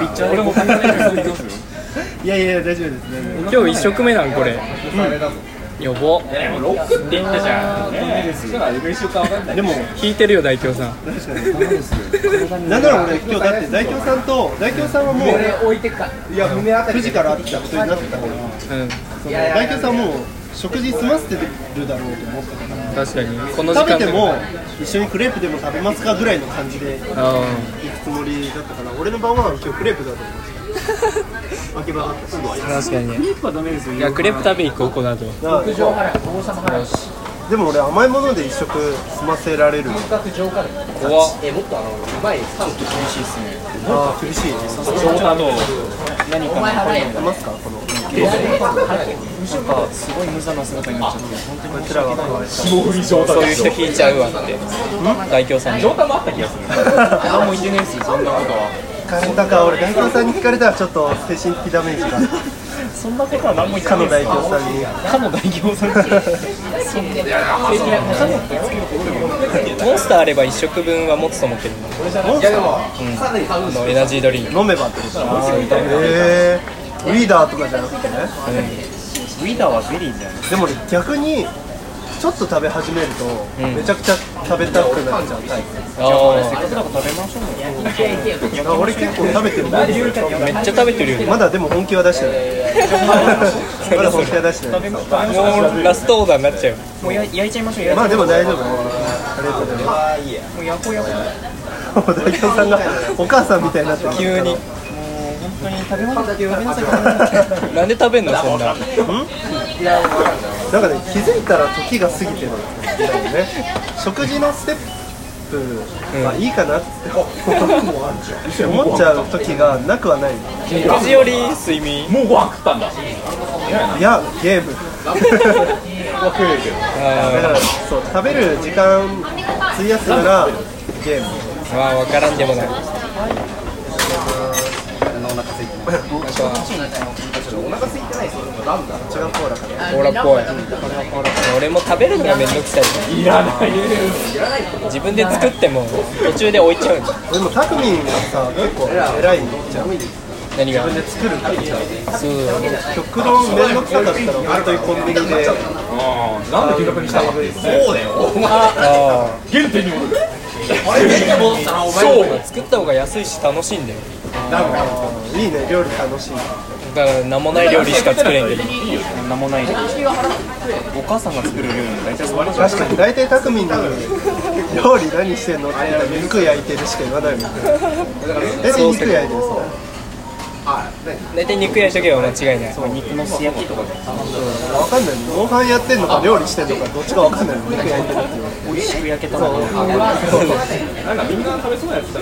ピッチャー俺も考えてますよいやいや大丈夫ですね。 今日一食目なんこれ予防でもロックって言ったじゃんねえそしたら一緒か分かんないでも引いてるよ大京さん確かに。なんなら俺今日だって大京さんと大京さんはもう置いてかいや9時から会ってたことになってたから、うんその大京さんもう食事済ませてるだろうと思ってたから。確かにこの時食べ間てでも一緒にクレープでも食べますかぐらいの感じで行くあつもりだったから、俺の晩ご飯は今日クレープだと思ってた。秋葉すぐありあま確かにクレープはダメですよいやクレープ食べ行こうこの後極上ハラでも俺甘いもので一食済ませられるの怖っえもっとあのうまいちょっと厳しいですねあ厳しい上など何お前か払えいますかこのなんかすごい無残な姿になっちゃってこちらが可愛いそういう人引いちゃうわって大京さんに上もあった気がする何も言ってないですよそんなことは聞かれたか俺大京さんに聞かれたらちょっと精神的ダメージがそんなことは何も言ってかないの大です京さんにかの代表さんかのってつけるモンスターあれば一食分は持つと思ってるのモンスターはあのエナジードリンク飲めばってことへえー、リーダーとかじゃなくてねウィダーはゼリーじゃないでも俺逆にちょっと食べ始めると、んめちゃくちゃ食べたくなっちゃうタイプあだから食べましょうだねから俺結構食べてるんだあよめっちゃ食べてるよねまだでも本気は出してないまだ本気は出してないもうラストオーダーになっちゃうもうや焼いちゃいましょうやまあでも大丈夫ありがとうございまもうやこうやこうす大京さんがお母さんみたいになってる急に本当に食べ物って言われなさいなんで食べんのそんななんかね、気づいたら時が過ぎてるんだよね。食事のステップはいいかなって、思っちゃう時がなくはない。い食事より睡眠もうご飯食ったんだや、ゲーム。だかあら、そう、食べる時間費やすなら、ゲーム。ーまあ分からんでもないこっちがコーラかな。オーラっぽい俺も食べるのがめんどくさいからいらない自分で作っても途中で置いちゃうんじゃんでも、タクミンがさ、結構偉いじゃん。自何が分で作るからさ。そう極論めんどくさかったら、本当にコンビニで。なんで計画にしたのあ原点に戻るあそう作った方が安いし楽しいんだよいいね、料理楽しい。だから名もない料理しか作れんけど何もないじゃんお母さんが作る料理も大体素晴らしい確かに大体たくみんな料理何してんのって言ったら肉焼いてるしか言わないもんね大体肉焼いてるさ大体肉焼いとけば間違いない肉の素焼きとか分かんないもんモンハンやってんのか料理してんのかどっちか分かんないもん肉焼いてるって言われて美味しく焼けたのなんかみんな食べそうなやつだ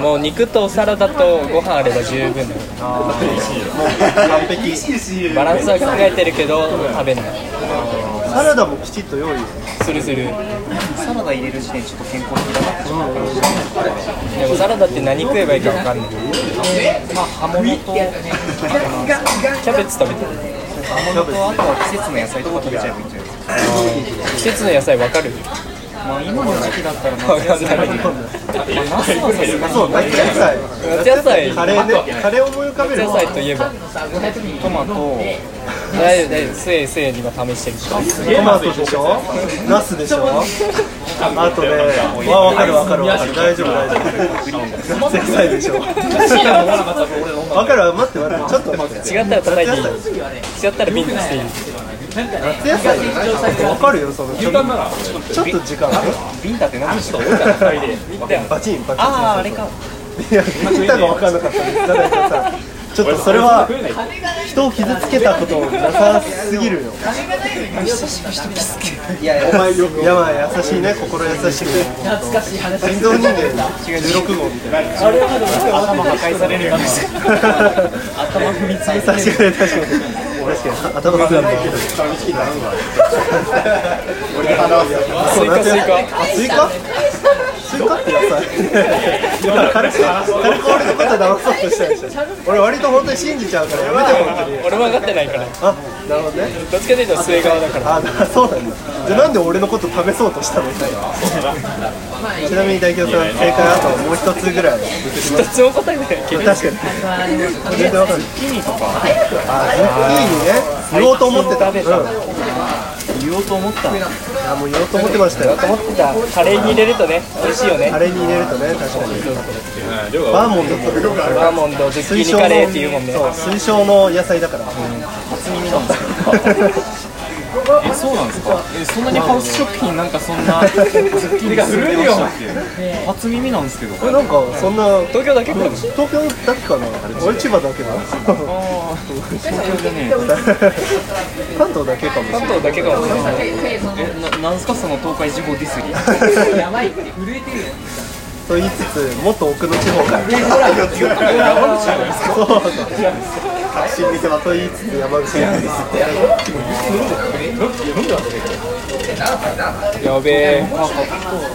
もう肉とサラダとご飯あれば十分だよ完璧サバランスは考えてるけど食べないラダもきちっと用意するするサラダ入れる時点でちょっと健康的だなってでもサラダって何食えばいいか分かんないまあ葉物とキャベツ食べてるキャベあとは季節の野菜とか食べちゃえばいいんじゃないですか季節の野菜分かるまあ今の時期だったら分夏か野んない菜まあナスはさすがツそう夏野菜夏野菜カレーねカレー思い浮かべ夏る野菜といえばにトマト大丈夫大丈夫スエスエに今試してるしトマトでしょナスでしょあとねわ分かる分かる分かる大丈夫大丈夫夏野菜でし ょ分かる待って待ってちょっと待って違ったら叩いていい夏野違ったらビンタしていい夏野菜わかるよそのちょっとちょっと時間ビンタって何でしたバチンバチンあああれいかや聞いたか分かんなかったですだからさちょっとそれは人を傷つけたことなさすぎるよいやいやお前よやばい優しいね心優しく懐かしい話人造人間16号みたいな頭破壊されるやつ 頭踏みつぶされて確かに確かに頭踏みつぶされてるスイカスイカあスイカスイカって野菜だね今軽く軽く俺のこと騙そうとしたでしょ俺割と本当に信じちゃうからやめて本当に俺も分かってないからあなるほどねどっちかというと末側だからあなそうなんだじゃあなんで俺のこと試そうとしたのちなみに大京さん正解あともう一つぐらいどっちも答えてないけど確かに全然わかるズッキーニとかあズッキーニね言おうと思ってた、うん、言おうと思ったあもう言おうと思ってましたよ思ってたカレーに入れるとね美味しいよねあれに入れるとね確かにバーモントとかアーモンドズッキーニカレーっていうもんねそう推奨の野菜だから初耳なんですえそうなんですかえそんなにハウス食品なんかそんなズッキーニが古いよ初耳なんですけどこれなんかそんな東京だけかも東京だけかな俺千葉だけだ関東だけかもしれ関東だけかもしれないえななんすかその東海地方ディスリないやばい震えてると言いつつもっと奥の地方からそう確信見せばと言いつつ山口県ですやべえ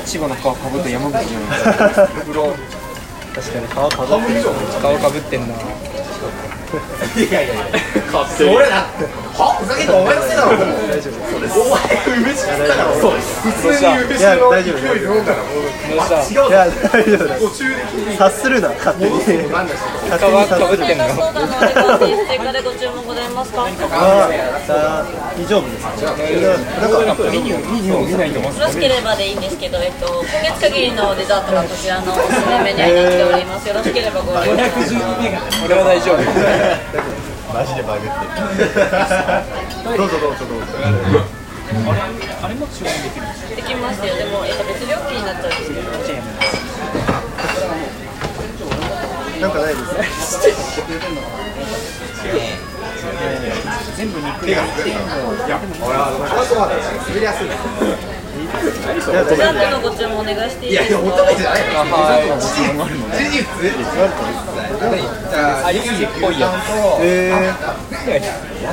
千葉の皮かぶった山口じゃない確かに皮かぶってる顔かぶってんなどうしたいや大丈夫大丈夫いや大丈夫だ察するな勝手に勝手に皮かぶ察っすてんの相談のレターです追加でご注文ございますかあーさあ大丈夫ですかなんかよろしければでいいんですけど、えっと、今月限りのデザートがこちらのおすすめメニューになっておりますよろしければご利用ください俺は大丈夫マジでバグってるどうぞどうぞどうぞできましたよでも、えっと、別料金になっちゃうんですけなどんかないですねデザートのご注文お願いしていいですかアリスっぽいやつえー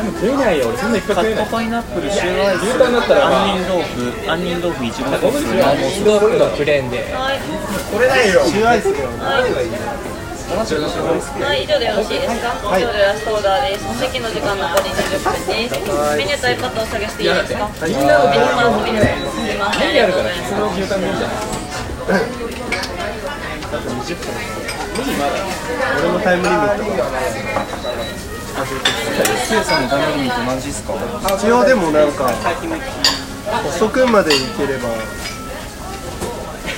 食えないよ俺そんな一回食えないパイナップルシューマイ牛タンだったらまあ杏仁豆腐杏仁豆腐いちごのアリスドープのプレーンではい、シューアイスがはい、以上でよろしいですか、以上でラストオーダーですお席の時間残り20分ですメニューと iPad を探していいですかみんなのメニューすみませんありがとうございます俺のタイムリミットがスエさんのダメリミット何時ですか一応でもなんか遅くまで行ければ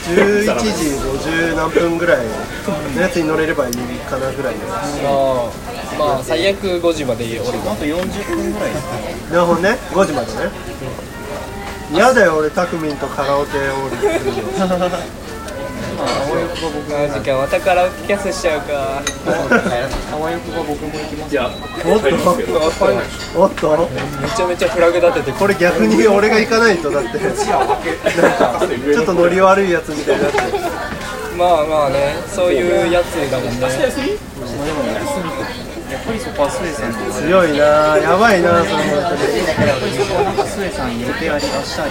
11時50何分ぐらいのやつに乗れればいいかなぐらいのあーまあ最悪5時まで俺もなるほどね5時までね嫌だよ俺タクミンとカラオケをするのあー時間またカラオケキャスしちゃうかおっとおっとめちゃめちゃフラグ立ててこれ逆に俺が行かないとだってなんかちょっとノリ悪いやつみたいになってまあまあねそういうやつだもんね強いなぁやばいなぁそのやつスエさん予定ありました忙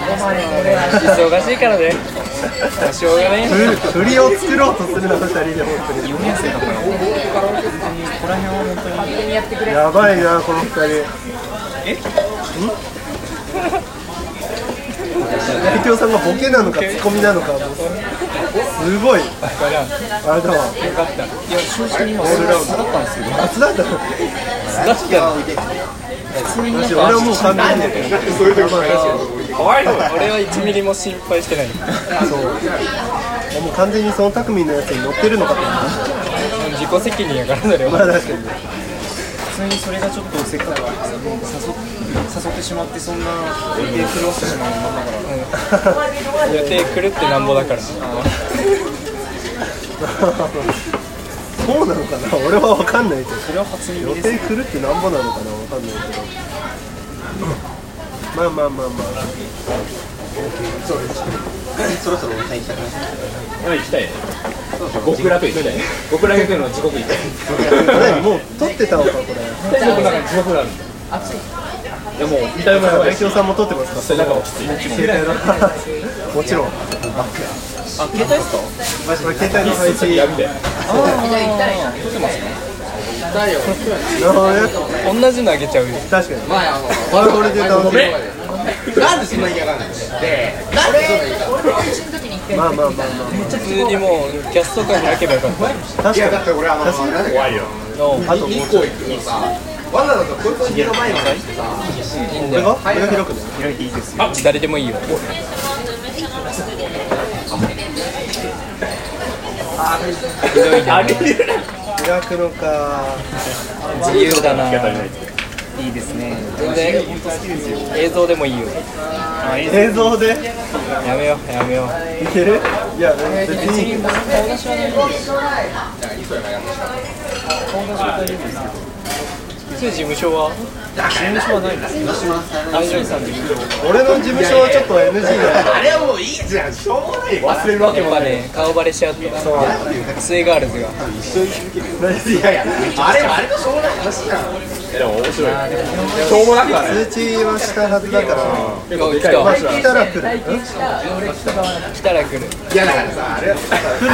しいからねまあしょうがねえふ振りを作ろうとするな2人で本当にやばいなこの2人えん大京さんがボケなのかツッコミなのかもうすごいあれだわよかったオールラウンドだったんですけど夏だったの確かに私俺はもう完全に俺は1ミリも心配してないそうもう完全にその匠のやつに乗ってるのかと思っ自己責任やからそれたはまあ確かに普通にそれがちょっとせっかく誘っ誘ってしまってそんな予定狂ってしまうもんだから予定狂ってなんぼだからそうなのかな俺は分かんないけどそれは初耳予です定来るってなんぼなのかなわかんないけどまあまあまあま あ行きたい極楽行きたい極楽行くの地獄行きたい何もう撮ってたのかこれ天国の中に地獄があるんだいやもう見た目もやばい 大京さんも撮ってますかそれなんかもうきつい携帯のもちろんあ、携帯ですかマジこれ携帯の配置なるほどね同じのあげちゃうよ確かにこれこれで楽しいまあまあまあまあ普通にもうキャスト会開けばよかった確かにあともうちょっいいんとだ俺がよこれが広くね誰でもいいよひどいじゃない開くのか自由だないいですね全然映像でもいいよ映像でやめようやめよういけるいや別にいいけどそれ事務所は俺の事務所はちょっと NG だ よやっぱね顔バレしちゃうと末ガールズが通知はしたはずだから今来まあた来たら来る来る来たら来る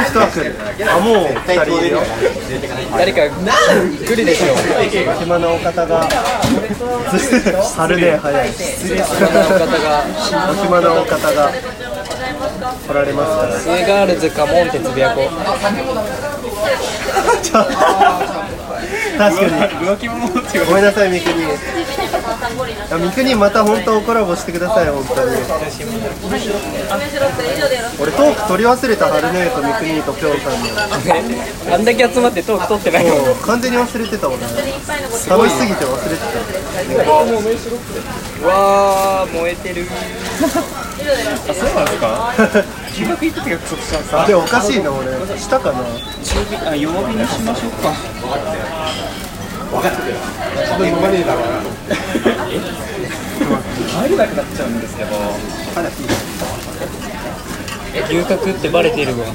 人は来るあもう2人いるよ誰か来るでしょう暇なお方 が春で早いそんなお方がお暇なお方が来られますか末ガールズかもんってつぶやこうら確かに浮気者っていうごめんなさいみくにいやみくにまた本当コラボしてください本当に俺トーク取り忘れた春姉とみくにとぴょんさんの あんだけ集まってトーク取ってないのもう完全に忘れてた俺楽しすぎて忘れてわあ燃えてる留学行くって約束したんですたでもおかしいな俺したかな中火あ弱火にしましょうか牛角ってバレてるわ